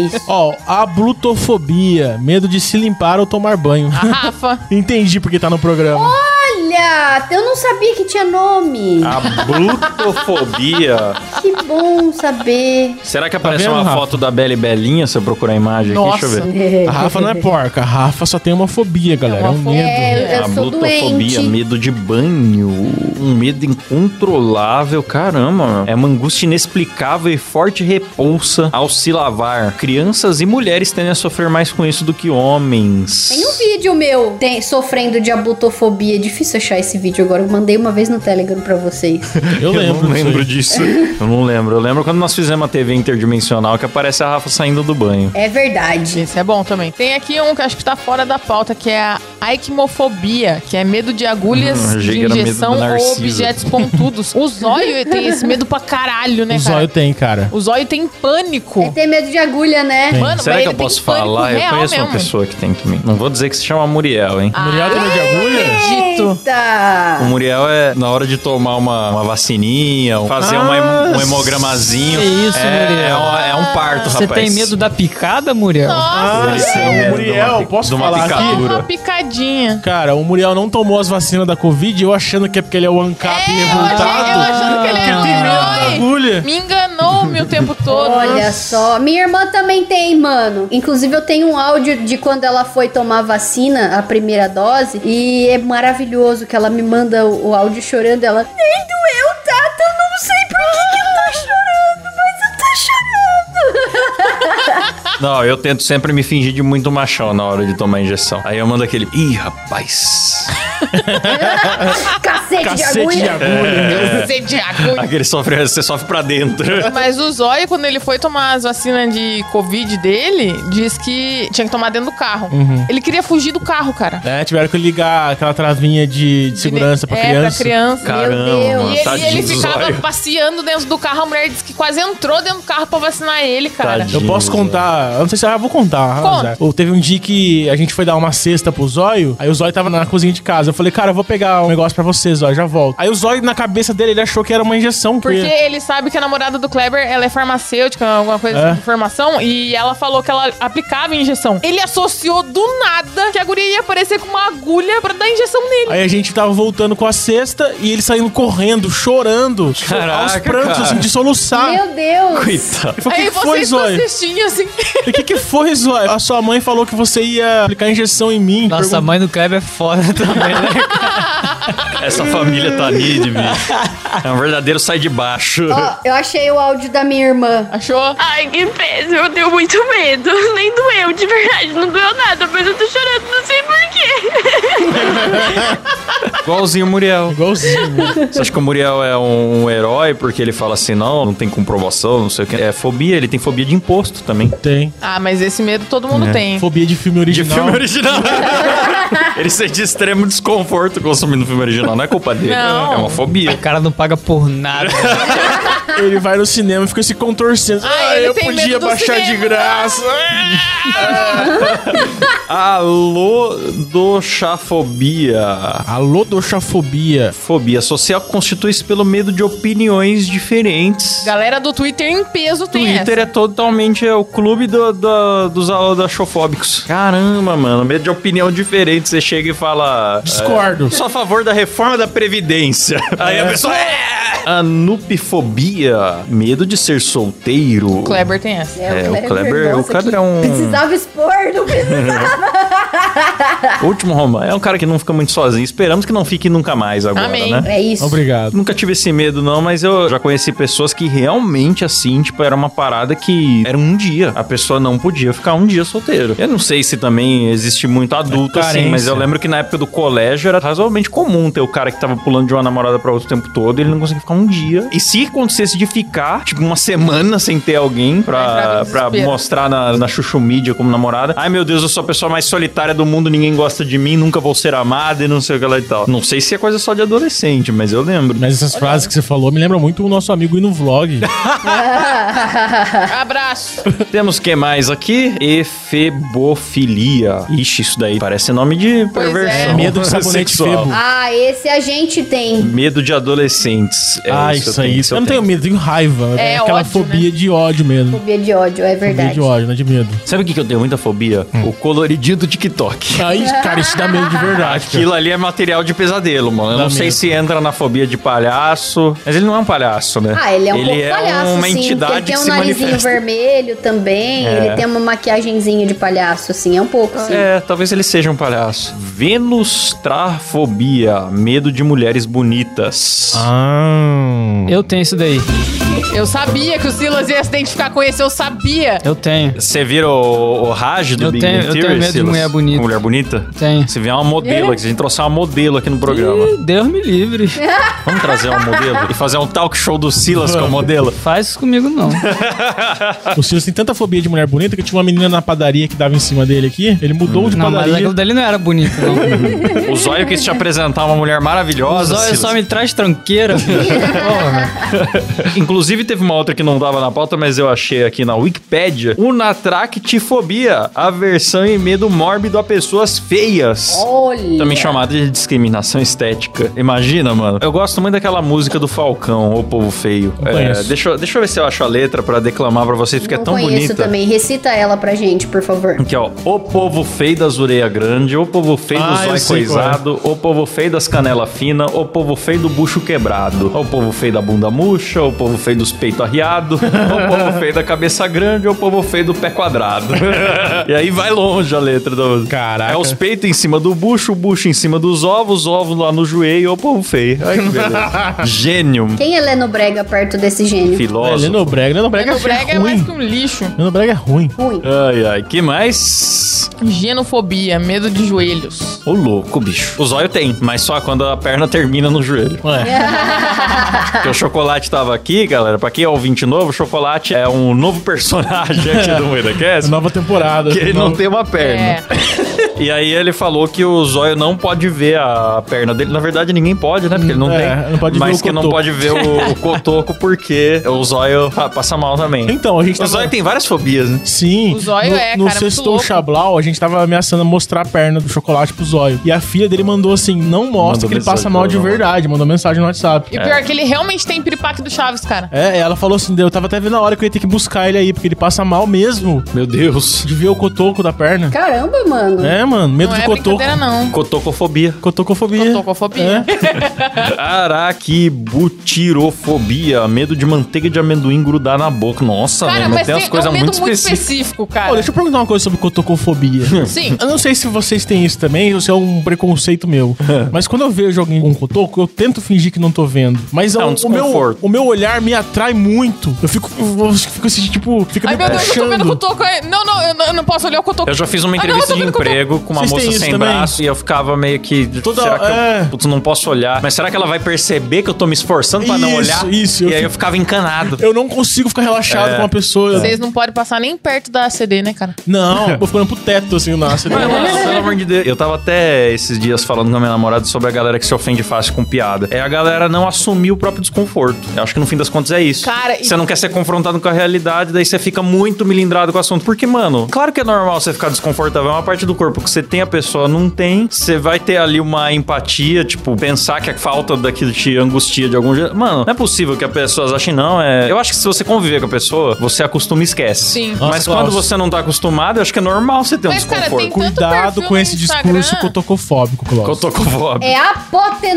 isso.
Ó, a blutofobia. Medo de se limpar ou tomar banho.
A Rafa.
Entendi porque tá no programa.
Olha, eu não sabia que tinha nome.
A brutofobia.
Que bom saber.
Será
Tá
que apareceu
vendo,
uma
Rafa?
foto da Belle Belinha se eu procurar a imagem aqui? Deixa eu ver.
A Rafa não é porca. A Rafa só tem uma fobia, galera. É
uma
um
fobia.
medo.
É, eu
a
sou
blutofobia,
doente.
medo de banho, um medo incontrolável, caramba, meu. é uma angústia inexplicável e forte repulsa ao se lavar. Crianças e mulheres tendem a sofrer mais com isso do que homens.
Tem um vídeo meu tem- sofrendo de ablutofobia. É Difícil achar esse vídeo agora. Eu mandei uma vez no Telegram pra vocês.
Eu lembro.
não
disso
lembro
aí.
disso. Eu não lembro. Eu lembro quando nós fizemos a TV interdimensional que aparece a Rafa saindo do banho.
É verdade.
Esse é bom também. Tem aqui um que acho que tá fora da pauta, que é a aikmofobia, que é medo de agulhas
Hum, achei
de
que era medo do
injeção ou
Narciso.
objetos pontudos. O zóio tem esse medo pra caralho, né,
O
cara?
Um zóio tem, cara.
O zóio tem
É
pânico.
ter medo de agulha, né?
Tem.
Mano,
Será
mas
que eu
ele tem
posso
pânico
falar? Eu
real
conheço uma
mesmo.
pessoa que tem também. Não vou dizer que se chama Muriel, hein?
Mulher tem medo de agulha?
Acredito.
O
Eita!
Muriel é na hora de tomar uma, uma vacininha, ou fazer uma hem- um
Ah,
hemogramazinho.
que isso,
é, É,
Muriel.
um- é um parto,
Você
rapaz.
tem medo da picada, Muriel?
Nossa,
Deve ser
Ah,
medo de uma
Muriel,
pic-
posso
de uma
falar aqui?
é uma
picadura.
picadinha.
Cara, o Muriel não tomou as vacinas da Covid, eu achando que é porque ele é o ANCAP
Eu
revoltado.
achei eu achando que ele era
Tem medo da
um herói.
agulha.
Me enganou-me o tempo todo.
Olha só, minha irmã também tem, mano. Inclusive, eu tenho um áudio de quando ela foi tomar a vacina, a primeira dose, e é maravilhoso que ela me manda o, o áudio chorando. Ela, nem doeu
Não, eu tento sempre me fingir de muito machão na hora de tomar injeção. Aí eu mando aquele. Ih, rapaz!
Cacete, de
Cacete de
agulha.
agulha.
Você de agulho.
Aquele sofre, você sofre pra dentro.
Mas o Zóio, quando ele foi tomar as vacinas de Covid dele, diz que tinha que tomar dentro do carro.
Uhum.
Ele queria fugir do carro, cara.
É, tiveram que ligar aquela travinha de, de segurança pra
é,
criança.
Pra criança.
Caramba,
Deus.
mano,
E ele,
tadinho
ele
do
ficava
zóio.
passeando dentro do carro, a mulher disse que quase entrou dentro do carro pra vacinar ele, cara.
Tadinho.
Eu posso contar, eu não sei se eu vou contar.
Conta.
azar. Ou teve um dia que a gente foi dar uma cesta pro Zóio, aí o Zóio tava na cozinha de casa. Eu falei, cara, eu vou pegar um negócio pra você, Zóio, já volto. Aí o Zóio, na cabeça dele, ele achou que era uma injeção.
Porque ele sabe que a namorada do Kleber, ela é farmacêutica, alguma coisa assim
É.
de formação, e ela falou que ela aplicava injeção. Ele associou do nada que a guria ia aparecer com uma agulha pra dar injeção nele.
Aí a gente tava voltando com a cesta e ele saindo correndo, chorando,
Caraca,
aos prantos,
cara.
assim, de soluçar.
Meu Deus.
Coitado.
Ele falou, o que que
Aí
foi,
vocês
Zóio?
assistindo assim.
O que, que foi, Zóio? A sua mãe falou que você ia aplicar injeção em mim.
Nossa, a mãe do Kleber é foda também, né?
Essa família tá nid, bicho. É um verdadeiro sai de baixo.
Ó, eu achei o áudio da minha irmã.
Achou?
Ai, que peso, eu tenho muito medo. Nem doeu, de verdade, não doeu nada, mas eu tô chorando, não sei porquê.
Igualzinho o Muriel.
Igualzinho. né?
Você acha que o Muriel é um, um herói porque ele fala assim, não, não tem comprovação, não sei o que. É fobia, ele tem fobia de imposto também.
Tem.
Ah, mas esse medo todo mundo
É.
tem.
Fobia de filme
De
original.
filme original. ele sente extremo desconforto consumindo filme original. Não é culpa dele.
Não.
É uma fobia.
O cara não paga por nada.
Ele vai no cinema e fica se contorcendo.
Ah,
Ah,
ele
eu
tem
podia
medo do
baixar de
cinema."
graça.
Alô do chafobia.
Alô, doxafobia.
Fobia social constitui-se pelo medo de opiniões diferentes.
Galera do Twitter em peso tem
Twitter é totalmente o clube do, do, dos aldachofóbicos. Caramba, mano. Medo de opinião diferente. Você chega e fala.
Discordo.
é, sou a favor da reforma da Previdência. Aí a pessoa. É! Anupifobia. Medo de ser solteiro.
essa. Kleber tem essa.
É, o Kleber- o
nossa,
Kleber
que
é um-
Precisava expor, não precisava.
Último Roma. É um cara que não fica muito sozinho. Esperamos que não fique nunca mais agora,
Amém.
né?
é isso.
Obrigado.
Nunca tive esse medo, não, mas eu já conheci pessoas que realmente, assim, tipo, era uma parada que era um dia. A pessoa não podia ficar um dia solteiro. Eu não sei se também existe muito adulto, assim,
carência.
mas eu lembro que na época do colégio era razoavelmente comum ter o cara que tava pulando de uma namorada pra outra o tempo todo e ele não conseguia ficar um dia. E se acontecesse de ficar, tipo, uma semana sem ter alguém pra,
Vai pra
pra
desespero.
mostrar na, na Chuchu Mídia como namorada, ai meu Deus, eu sou a pessoa mais solitária do mundo, ninguém gosta de mim, nunca vou ser amada e não sei o que lá e tal. Não sei se é coisa só de adolescente, mas eu lembro.
Mas essas frases que você falou me lembram muito o nosso amigo ir no vlog.
Abraço.
Temos que mais aqui? Efebofilia. Ixi, isso daí parece nome de
Pois é.
perversão.
Medo de sabonete
sexual.
febo.
Ah, esse a gente tem.
Medo de adolescentes. É
ah,
eu
isso
tenho,
aí. Eu,
eu
não tenho medo, tenho raiva. É,
É
aquela
ódio,
fobia de ódio mesmo.
Fobia de ódio, é
Fobia de
verdade.
ódio, não é de medo.
Sabe o que que eu tenho muita fobia?
Hum.
O coloridinho do TikTok.
Aí, cara, isso dá medo de verdade. cara.
Aquilo ali é material de pesadelo, mano. Eu
Dá
não sei
medo.
se entra na fobia de palhaço. Mas ele não é um palhaço, né?
Ah, ele é um pouco palhaço,
uma
sim. porque
entidade
ele tem
que
um
se
narizinho
manifesta.
vermelho também.
É.
Ele tem uma maquiagenzinha de palhaço, assim. É um pouco, sim.
É, talvez ele seja um palhaço. Venustrafobia. Medo de mulheres bonitas.
Ah.
Eu tenho isso daí.
Eu sabia que o Silas ia se identificar com esse, eu sabia.
Eu tenho.
Você vira o, o Raj do
Eu
Big
tenho-
Bang
eu tenho
Theory,
medo de
Silas?
mulher bonita.
Mulher bonita?
Tenho.
Se vier uma modelo aqui, se a gente trouxer uma modelo aqui no programa,
Ih, Deus me livre.
É.
vamos trazer uma modelo e fazer um talk show do Silas com a modelo?
Faz isso comigo não.
O Silas tem tanta fobia de mulher bonita que tinha uma menina na padaria que dava em cima dele aqui. Ele mudou de
Não, mas é
padaria.
aquilo dali não era bonito, não.
O Zóio quis te apresentar uma mulher
O
maravilhosa,
Zóio
Silas.
só me traz tranqueira, filho. Porra.
Inclusive, teve uma outra que não tava na pauta, mas eu achei aqui na Wikipédia. Unatractifobia, aversão e medo mórbido a pessoas feias.
Olha.
Também chamada de discriminação estética. Imagina, mano. Eu gosto muito daquela música do Falcão, O Povo Feio.
Não
É,
conheço.
deixa, eu- deixa eu ver se eu acho a letra pra declamar pra vocês, porque
Não
é tão
conheço
bonita.
também. Recita ela pra gente, por favor.
Aqui, ó. O povo feio das orelhas grande, o povo feio
Ah,
do
eu
zóio
sei qual é.
coisado, o povo feio das canela fina, o povo feio do bucho quebrado, o povo feio da bunda murcha, o povo feio dos peitos arriados, ou o povo feio da cabeça grande, ou o povo feio do pé quadrado. e aí vai longe a letra da música.
Caraca.
É os peitos em cima do bucho, o bucho em cima dos ovos, ovos lá no joelho, ou o povo feio. Ai, que beleza. Gênio.
Quem é Leno Brega perto desse gênio?
É,
Filósofo.
Leno Brega. Leno Brega,
Leno Brega
é
é mais
ruim.
que um lixo.
Leno Brega é ruim.
Ruim.
Ai, ai, que mais?
Genofobia, medo de joelhos.
Ô, louco, bicho. O zóio tem, mas só quando a perna termina no joelho.
Ué,
Porque o chocolate tava aqui, galera. Pra quem é ouvinte novo, o chocolate é um novo personagem aqui do MedaCast.
nova temporada.
Que ele não
Nova-
tem uma perna.
É.
né?
E aí ele falou que o zóio não pode ver a perna dele. Na verdade, ninguém pode, né? Porque ele não
É,
tem.
não pode ver
mas
o
que não
cotoco.
pode ver o, o cotoco porque o zóio ah, passa mal também.
Então, a gente
O
tava-
zóio tem várias fobias, né?
Sim.
O zóio
no,
é,
No
cara, muito
Sextou
louco.
Chablau, a gente tava ameaçando mostrar a perna do chocolate pro zóio. E a filha dele mandou assim: não mostra
Mandou
que ele passa
mensagem, né?"
mal de
mandou.
verdade. Mandou mensagem no WhatsApp.
E pior que ele realmente tem piripaque do Chaves, cara.
É, ela falou assim: eu tava até vendo a hora que eu ia ter que buscar ele aí, porque ele passa mal mesmo
Meu Deus.
de ver o cotoco da perna.
Caramba, mano.
É, mano, medo
Não
de
é
cotoco.
brincadeira, não.
Cotocofobia.
Cotocofobia.
Cotocofobia.
É.
Araquibutirofobia. Medo de manteiga de amendoim grudar na boca. Nossa,
Cara,
mano, tem
mas tem,
umas
é
coisas
um medo
muito
muito
específicas.
específico, cara.
Pô, deixa eu perguntar uma coisa sobre cotocofobia.
Sim.
Eu não sei se vocês têm isso também, ou se é um preconceito meu. mas quando eu vejo alguém com um cotoco, eu tento fingir que não tô vendo. Mas
É um
o- o, meu,
desconforto.
o meu olhar me atrai muito. Eu fico, eu fico assim, tipo, fica
Ai,
me
meu Deus, eu tô vendo o
puxando.
cotoco. aí. Não, não, eu não, eu não posso olhar o cotoco.
Eu já fiz uma
Ah, não,
entrevista
eu tô
de
vendo como-
emprego com uma
Vocês têm
moça
isso
sem
também?
braço e eu ficava meio que.
Toda-
será que
é.
eu putz, não posso olhar? Mas será que ela vai perceber que eu tô me esforçando pra não
Isso,
olhar?
isso,
E
eu
aí
fico-
eu ficava encanado.
Eu não consigo ficar relaxado
É.
com uma pessoa.
Vocês não podem passar nem perto da CD, né, cara?
Não, eu tô ficando pro teto, assim, na
Mas, mano, pelo amor de Deus. Eu tava até esses dias falando com a minha namorada sobre a galera que se ofende fácil com piada. É a galera não assumir o próprio desconforto. Eu acho que no fim das contas é isso.
Cara, e-
você não quer ser confrontado com a realidade, daí você fica muito milindrado com o assunto. Porque, mano, claro que é normal você ficar desconfortável. É uma parte do corpo que você tem, a pessoa não tem. Você vai ter ali uma empatia, tipo, pensar que a falta daquilo te angustia de algum jeito. Mano, não é possível que as pessoas achem, não. É... Eu acho que se você conviver com a pessoa, você acostuma e esquece.
Sim.
Mas
Nossa,
quando
Klaus.
você não tá acostumado, eu acho que é normal você ter um
Mas, cara,
desconforto.
tem Tanto
Cuidado
perfil
com
no
esse
Instagram.
discurso cotocofóbico, Cláudio.
Cotocofóbico.
É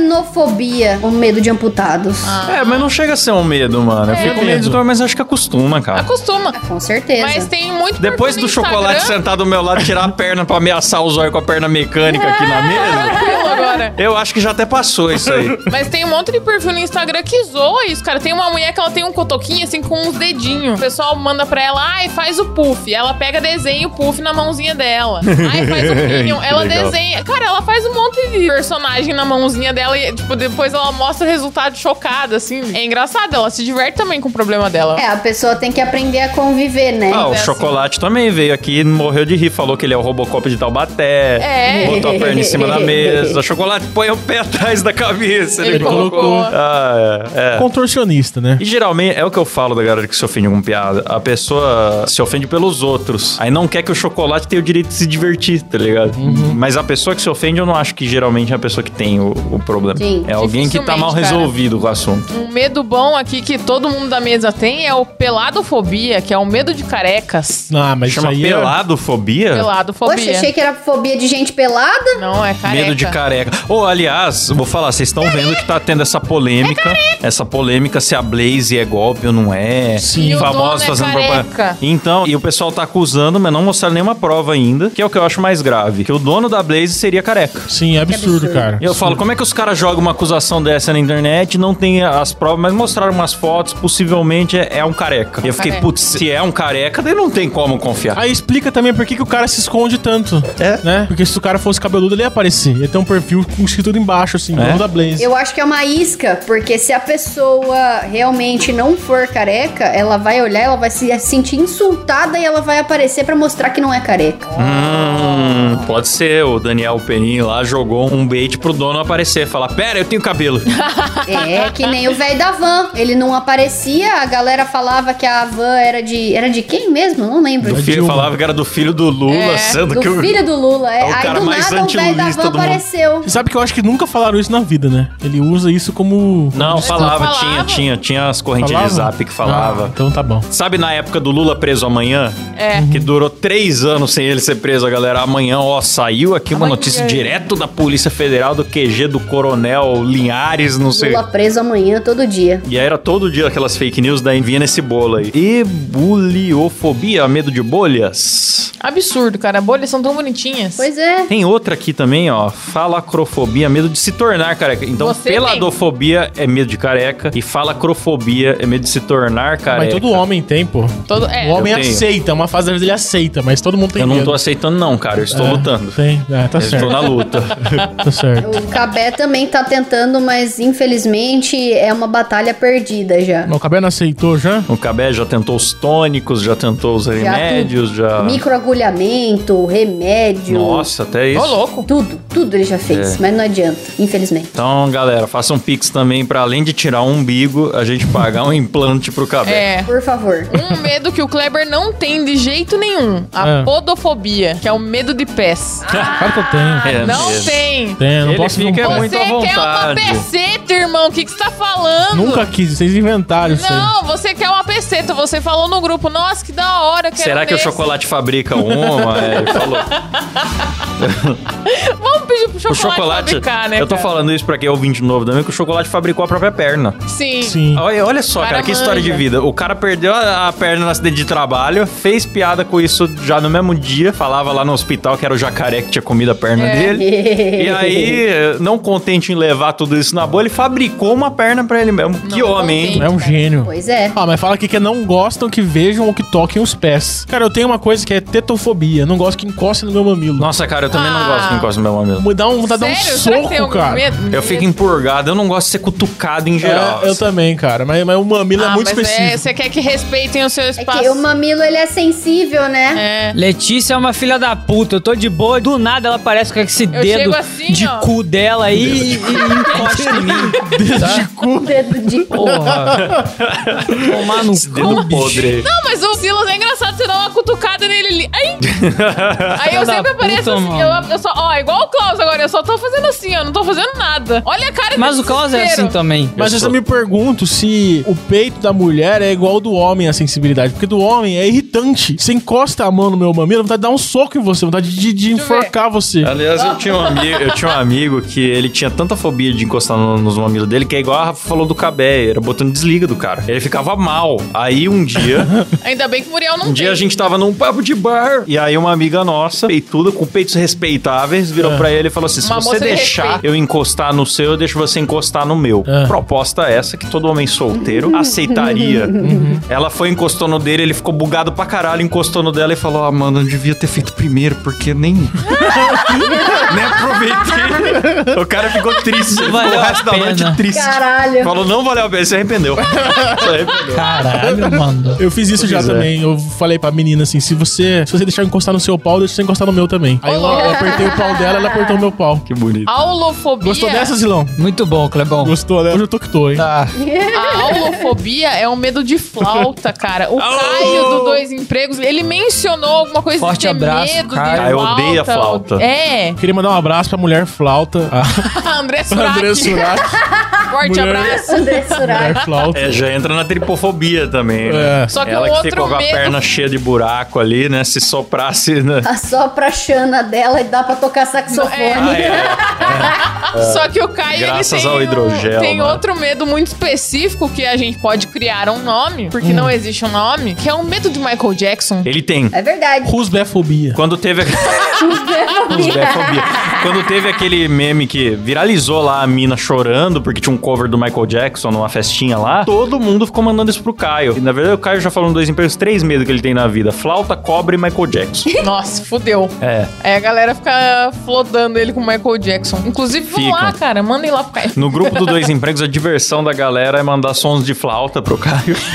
apotenofobia, o medo de amputados.
Ah.
É, mas não chega a ser um medo, mano. Eu fico com medo,
medo.
de- mas acho que acostuma, cara.
É Acostuma.
Ah, Com certeza.
Mas tem muito
Ah. Depois
perfil
do
no
chocolate
Instagram,
sentar do meu lado, tirar a perna pra ameaçar o zóio com a perna mecânica aqui na mesa,
tranquilo agora.
eu acho que já até passou isso aí.
Mas tem um monte de perfil no Instagram que zoa isso, cara. Tem uma mulher que ela tem um cotoquinho, assim, com uns dedinhos. O pessoal manda pra ela, ai, faz o puff. Ela pega, desenha o puff na mãozinha dela. Ai, faz o Minion.
Que
Ela
legal.
desenha. Cara, ela faz um monte de personagem na mãozinha dela e, tipo, depois ela mostra o resultado chocada, assim. É engraçado, ela se diverte também com o problema dela.
É, a pessoa tem que aprender a conviver, né?
Ah, o
assim.
chocolate também veio aqui, morreu de rir, falou que ele é o Robocop de Taubaté,
É.
botou a perna em cima da mesa. Chocolate põe o pé atrás da cabeça. Ele,
Ele
colocou.
colocou.
Ah, é, é.
Contorcionista, né?
E geralmente é o que eu falo da galera que se ofende com piada. A pessoa se ofende pelos outros. Aí não quer que o chocolate tenha o direito de se divertir, tá ligado?
Uhum.
Mas a pessoa que se ofende, eu não acho que geralmente é a pessoa que tem o, o problema.
Sim,
é alguém que tá mal
dificilmente, cara.
resolvido com o assunto.
Um medo bom aqui que todo mundo da mesa tem é o peladofobia, que é o medo de carecas.
Ah, mas
Chama
isso aí é-
peladofobia?
Poxa,
Peladofobia.
achei que era fobia de gente pelada.
Não, é careca.
Medo de careca. Ou, aliás, vou falar, vocês estão vendo que tá tendo essa
É
polêmica. essa polêmica se a Blaze é golpe ou não é.
Sim. E o dono
Famosos
é
fazendo
careca.
propaganda. Então, e o pessoal tá acusando, mas não mostraram nenhuma prova ainda, que é o que eu acho mais grave. Que o dono da Blaze seria careca.
Sim, é absurdo,
absurdo.
cara.
E Eu falo, como é que os caras jogam uma acusação dessa na internet, não tem as provas, mas mostraram umas fotos, possivelmente é, é um careca. E eu fiquei,
Careca.
putz, se é um careca, daí não tem como confiar.
Aí explica também por que, que o cara se esconde tanto.
É.
Né? Porque se o cara fosse cabeludo, ele ia aparecer. Ele tem um perfil com escrito tudo embaixo, assim, dono da Blaze.
Eu acho que é uma isca, porque se a pessoa realmente não for careca, ela vai olhar, ela vai se sentir insultada e ela vai aparecer pra mostrar que não é careca.
Hum, pode ser, o Daniel Penin lá jogou um bait pro dono aparecer, falar, pera, eu tenho cabelo.
É que nem o velho da van. Ele não aparecia, a galera falava que a van era de. Era de quem mesmo? Não lembro.
O filho
É Dilma.
falava que era do filho do Lula, sendo
Do
que o...
filho do Lula, é.
É o
Aí
cara
do
mais
nada o velho da
antilulista
van
do mundo.
apareceu.
Você sabe que eu acho que nunca falaram isso na vida, né? Ele usa isso como.
Não, falava,
falava?
tinha, tinha, tinha as correntes
Falava?
de zap que
Ah,
falava.
então tá bom.
Sabe na época do Lula preso amanhã?
É.
Que durou três anos sem ele ser preso, a galera. Amanhã, ó, saiu aqui uma
Amanhã.
notícia direto da Polícia Federal, do QG, do Coronel Linhares, não sei.
Lula preso amanhã, todo dia.
E aí era todo dia aquelas fake news, daí vinha nesse bolo aí. Ebuliofobia, medo de bolhas.
Absurdo, cara. Bolhas são tão bonitinhas.
Pois é.
Tem outra aqui também, ó. Falacrofobia, medo de se tornar careca. Então,
Você tem.
peladofobia é medo de careca e falacrofobia é medo de se tornar careca.
Mas todo homem tem, pô.
Todo, é.
o homem
é eu tenho.
aceita, uma fase da vida ele aceita, mas todo mundo tem
Eu não
medo.
tô aceitando não, cara. Eu estou
É,
lutando.
Tem, é,
Eu
tá
estou
certo.
na luta.
Tá certo.
O Cabé também tá tentando, mas infelizmente é uma batalha perdida já.
O cabelo aceitou já?
o Cabé já tentou os tônicos, já tentou os remédios, já...
Microagulhamento, remédio.
Nossa, É. até
Ô,
isso.
louco.
Tudo, tudo ele já fez, mas não adianta, infelizmente.
Então, galera, façam um pix também pra além de tirar um umbigo, a gente pagar um implante pro Cabé.
É.
Por favor.
Um medo que o Kleber não tem de jeito nenhum. A
É.
podofobia, que é o medo de pés.
Claro que eu tenho.
É
não
mesmo.
tem.
Tenho, não
Ele
posso
fica É
não
Você
posso.
muito à
quer uma
vontade.
peceta, irmão. O que, que você tá falando?
Nunca quis, vocês inventaram isso aí.
Não, você quer uma peceta. Você falou no grupo, nossa, que da hora. Quero
Será que o
desse.
chocolate fabrica uma? É, ele falou.
Vamos pedir pro
O
chocolate,
chocolate.
fabricar, né,
eu tô
cara?
falando isso pra quem é ouvinte novo também, que o chocolate fabricou a própria perna.
Sim.
Sim.
Olha, olha só, cara,
Cara
que história de
manja.
vida. O cara perdeu a, a perna no acidente de trabalho, fez piada com isso já no mesmo dia, falava lá no hospital que era o jacaré que tinha comido a perna
É.
dele. E aí, não contente em levar tudo isso na boa, ele fabricou uma perna pra ele mesmo. que homem, hein?
contente.
É um gênio.
Pois é.
Ah, mas fala aqui que não gostam que vejam ou que toquem os pés. Cara, eu tenho uma coisa que é tetofobia. Não gosto que encoste no meu mamilo.
Nossa, cara, eu também não
Ah.
gosto que encosta no meu mamilo.
Me dá um, vontade de dar um
Sério? Será que tem
soco,
algum
cara.
medo?
Eu fico empurgado, eu não gosto de ser cutucado em
É,
geral.
eu também, cara. Mas, mas o mamilo é
Ah,
muito
mas é,
específico.
você quer que respeitem o seu
É
espaço.
que o mamilo ele é sensível, né?
É.
Letícia é uma filha da puta, eu tô de boa, do nada ela aparece com esse dedo
chego assim,
de
ó.
cu dela aí e, e encosta em mim.
Dedo de
Porra. Tomar no
Esse dedo
cu, bicho.
podre.
Não, mas o Silas é engraçado, você dá uma cutucada nele ali. Ai! Aí eu
Filha
sempre
da
apareço
puta,
assim, eu,
mano.
eu só, ó, igual o Klaus agora, eu só tô fazendo assim, ó, não tô fazendo nada. Olha a cara
Mas o
desse
Klaus é
desespero.
assim também.
Mas
Eu
eu
sou-
só me pergunto se o peito da mulher é igual ao do homem a sensibilidade. Porque do homem é irritante. Você encosta a mão no meu mamilo, vontade de dar um soco em você, vontade de, de
eu ver.
enforcar você.
Aliás, eu tinha, um amigo, eu tinha um amigo que ele tinha tanta fobia de encostar no- nos mamilos dele que é igual a Rafa falou do Cabé, era botando desliga do cara. Ele ficava mal. Aí um dia,
Ainda bem que o Muriel não
um dia a gente tava num papo de bar e aí uma amiga nossa, peituda, com peitos respeitáveis, virou pra ele e falou assim: se
Uma
você
moça de
deixar
respeito."
eu encostar no seu, eu deixo você encostar no meu.
Ah.
Proposta essa que todo homem solteiro aceitaria. Ela foi, encostou no dele, ele ficou bugado pra caralho, encostou no dela e falou: ah, mano, eu devia ter feito primeiro, porque nem. né, Nem aproveitei. O cara ficou triste. Ele ficou
Valeu
o
a
resto da
pena.
noite triste.
caralho.
Falou, não valeu a pena. Se arrependeu. Se arrependeu.
Caralho, mano.
Eu fiz isso já
Pois é.
também. Eu falei pra menina assim: se você, se você deixar eu encostar no seu pau, deixa você encostar no meu também. Aí eu, eu apertei o pau dela, ela apertou o meu pau.
Que bonito.
Aulofobia.
Gostou dessa, Zilão?
Muito bom, Clebão.
Gostou, né? Hoje eu tô que tô, hein?
Tá.
A aulofobia é um medo de flauta, cara. O Caio do Dois Empregos, ele mencionou alguma coisa
Forte
de ter
abraço,
medo
Caio.
de
Caio odeia flauta.
É.
Queria mandar um abraço pra mulher flauta. A
André Surak.
André Surak.
Forte
Mulher.
abraço.
André Surak.
mulher flauta.
É, já entra na tripofobia também. né?
É.
Só que
Ela
o
que
outro
ficou com a
medo
perna cheia de buraco ali, né? Se soprasse. Né?
Tá Assopra a chana dela e dá pra tocar saxofone.
Ah, é.
Só que o Caio
Graças
ele tem,
ao
um-
hidrogel,
tem
né?
outro medo muito específico que a gente pode criar um nome,
Hum.
porque não existe um nome, que é o medo de Michael Jackson.
Ele tem.
É verdade.
Rusbefobia.
Quando teve. Rusbefobia. Quando teve aquele meme que viralizou lá a mina chorando porque tinha um cover do Michael Jackson numa festinha lá, todo mundo ficou mandando isso pro Caio. E na verdade o Caio já falou em dois empregos, três medos que ele tem na vida: flauta, cobra e Michael Jackson.
Nossa, fudeu.
É.
Aí a galera fica flodando ele com o Michael Jackson. Inclusive, vamos
Ficam.
lá, cara. Mandem lá pro Caio.
No grupo do Dois Empregos, a diversão da galera é mandar sons de flauta pro Caio.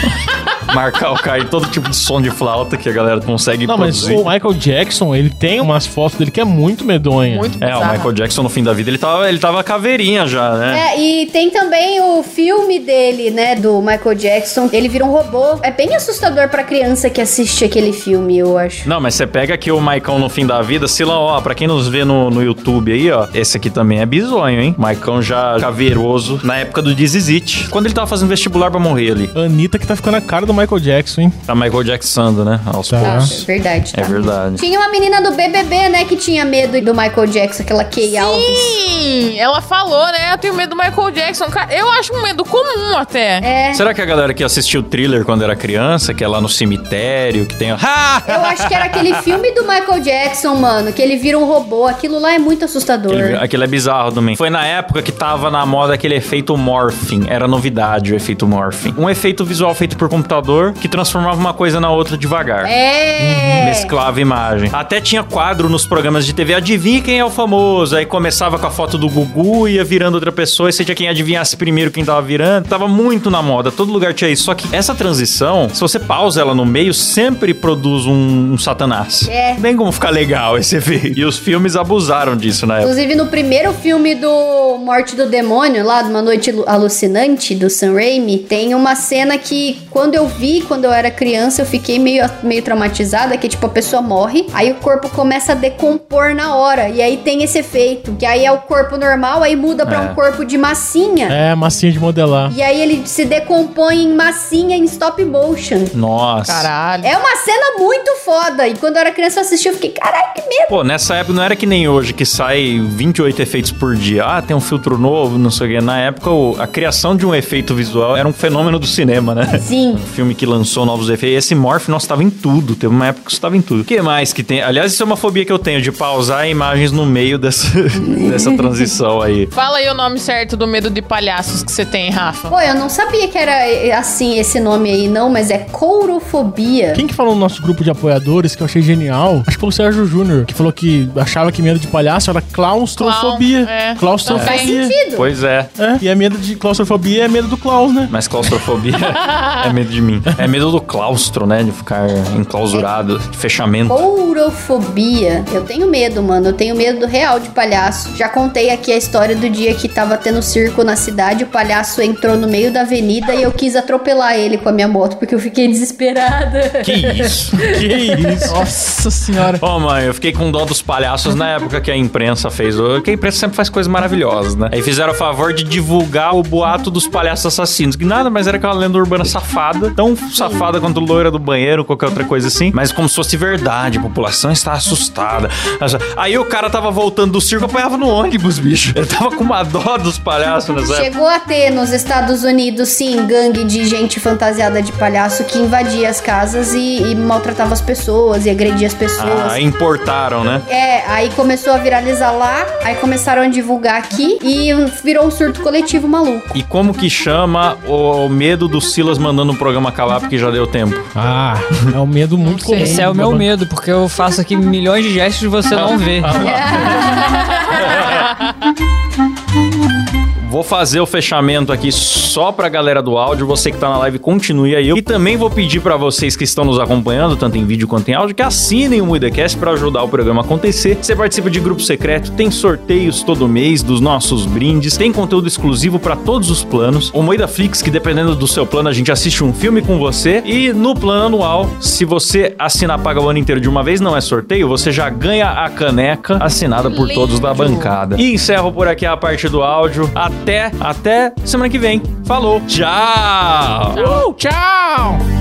marcar o cara em todo tipo de som de flauta que a galera consegue
Não, mas
produzir.
o Michael Jackson, ele tem umas fotos dele que é muito medonha.
Muito
É, o
bizarro.
Michael Jackson no fim da vida, ele tava, ele tava caveirinha já, né?
É, e tem também o filme dele, né, do Michael Jackson. Ele vira um robô. É bem assustador pra criança que assiste aquele filme, eu acho.
Não, mas você pega aqui o Maicão no fim da vida, se lá, ó, pra quem nos vê no, no YouTube aí, ó, esse aqui também é bizonho, hein? Maicão já caveiroso na época do Dizizit, quando ele tava fazendo vestibular pra morrer ali.
Anitta que tá ficando a cara do Michael Jackson, hein?
Tá Michael Jacksonando, né? Aos
Tá.
Ah,
poucos.
é verdade.
É
tá.
verdade.
Tinha uma menina do BBB, né, que tinha medo do Michael Jackson, aquela Key Alves.
Sim, ela falou, né? Eu tenho medo do Michael Jackson. Cara, eu acho um medo comum até.
É.
Será que a galera que assistiu o thriller quando era criança, que é lá no cemitério, que tem. Ha!
Eu acho que era aquele filme do Michael Jackson, mano, que ele vira um robô. Aquilo lá é muito assustador.
Aquele, aquele é bizarro também. Foi na época que tava na moda aquele efeito morphing. Era novidade o efeito morphing. Um efeito visual feito por computador que transformava uma coisa na outra devagar.
É.
Mesclava imagem. Até tinha quadro nos programas de TV. Adivinha quem é o famoso? Aí começava com a foto do Gugu, ia virando outra pessoa, e seja quem adivinhasse primeiro quem tava virando. Tava muito na moda, todo lugar tinha isso. Só que essa transição, se você pausa ela no meio, sempre produz um, um satanás.
É.
Não tem como ficar legal esse efeito. E os filmes abusaram disso na época.
Inclusive no primeiro filme do Morte do Demônio, lá de Uma Noite Lu- Alucinante, do Sam Raimi, tem uma cena que quando eu vi, quando eu era criança, eu fiquei meio, meio traumatizada, que tipo, a pessoa morre, aí o corpo começa a decompor na hora, e aí tem esse efeito, que aí é o corpo normal, aí muda pra
É.
um corpo de massinha,
É, massinha de modelar.
e aí ele se decompõe em massinha, em stop motion.
Nossa.
Caralho.
É uma cena muito foda, e quando eu era criança eu assisti, eu fiquei, caralho, que medo!
Pô, nessa época não era que nem hoje, que sai 28 efeitos por dia. Ah, tem um filtro novo, não sei o quê. Na época, o- a criação de um efeito visual era um fenômeno do cinema, né?
Sim.
Um filme que lançou novos efeitos. Esse Morph, nossa, tava em tudo. Teve uma época que isso tava em tudo. O que mais que tem? Aliás, isso é uma fobia que eu tenho, de pausar imagens no meio dessa, dessa transição aí.
Fala aí o nome certo do medo de palhaços que você tem, Rafa.
Pô, eu não sabia que era eh, assim esse nome aí, não, mas é courofobia.
Quem que falou no nosso grupo de apoiadores que eu achei genial? Acho que foi o Sérgio Júnior, que falou que achava que medo de palhaço era claustrofobia.
Clown, é.
Faz
Claustrofobia.
sentido.
Pois é.
É, E é medo de claustrofobia é medo do Klaus, né?
Mas claustrofobia é medo de mim. É medo do claustro, né? De ficar enclausurado, de fechamento.
Courofobia. Eu tenho medo, mano. Eu tenho medo do real de palhaço. Já contei aqui a história do dia que tava tendo circo na cidade, o palhaço entrou no meio da avenida e eu quis atropelar ele com a minha moto porque eu fiquei desesperada.
Que isso?
Que isso?
Nossa senhora.
Ô, mãe, eu fiquei com dó dos palhaços na época que a imprensa fez. Porque a imprensa sempre faz coisas maravilhosas, né? Aí fizeram o favor de divulgar o boato dos palhaços assassinos. Que nada mais era aquela lenda urbana safada. Tão safada quanto loira do banheiro, qualquer outra coisa assim. Mas como se fosse verdade. A população está assustada. Aí o cara tava voltando do circo, apanhava no ônibus, bicho. Ele tava com uma dó dos palhaços nessa época.
Chegou a ter nos Estados Unidos, sim, gangue de gente fantasiada de palhaço que invadia as casas e, e maltratava as pessoas e agredia as pessoas.
Ah, importaram, né?
É, aí começou a viralizar lá, aí começaram a divulgar aqui e virou um surto coletivo maluco.
E como que chama o medo do Silas mandando o programa acabar porque já deu tempo?
Ah, é um medo muito comum.
Esse é o meu medo, porque eu faço aqui milhões de gestos e você não vê.
Vou fazer o fechamento aqui só pra galera do áudio, você que tá na live continue aí. E também vou pedir pra vocês que estão nos acompanhando, tanto em vídeo quanto em áudio, que assinem o MuidaCast pra ajudar o programa a acontecer. Você participa de grupo secreto, tem sorteios todo mês dos nossos brindes, tem conteúdo exclusivo pra todos os planos. O Moida Flix, que dependendo do seu plano, a gente assiste um filme com você. E no plano anual, se você assinar paga o ano inteiro de uma vez, não é sorteio, você já ganha a caneca assinada por todos da
Lindo.
bancada piada. E encerro por aqui a parte do áudio. Até, até semana que vem. Falou. Tchau.
Tchau!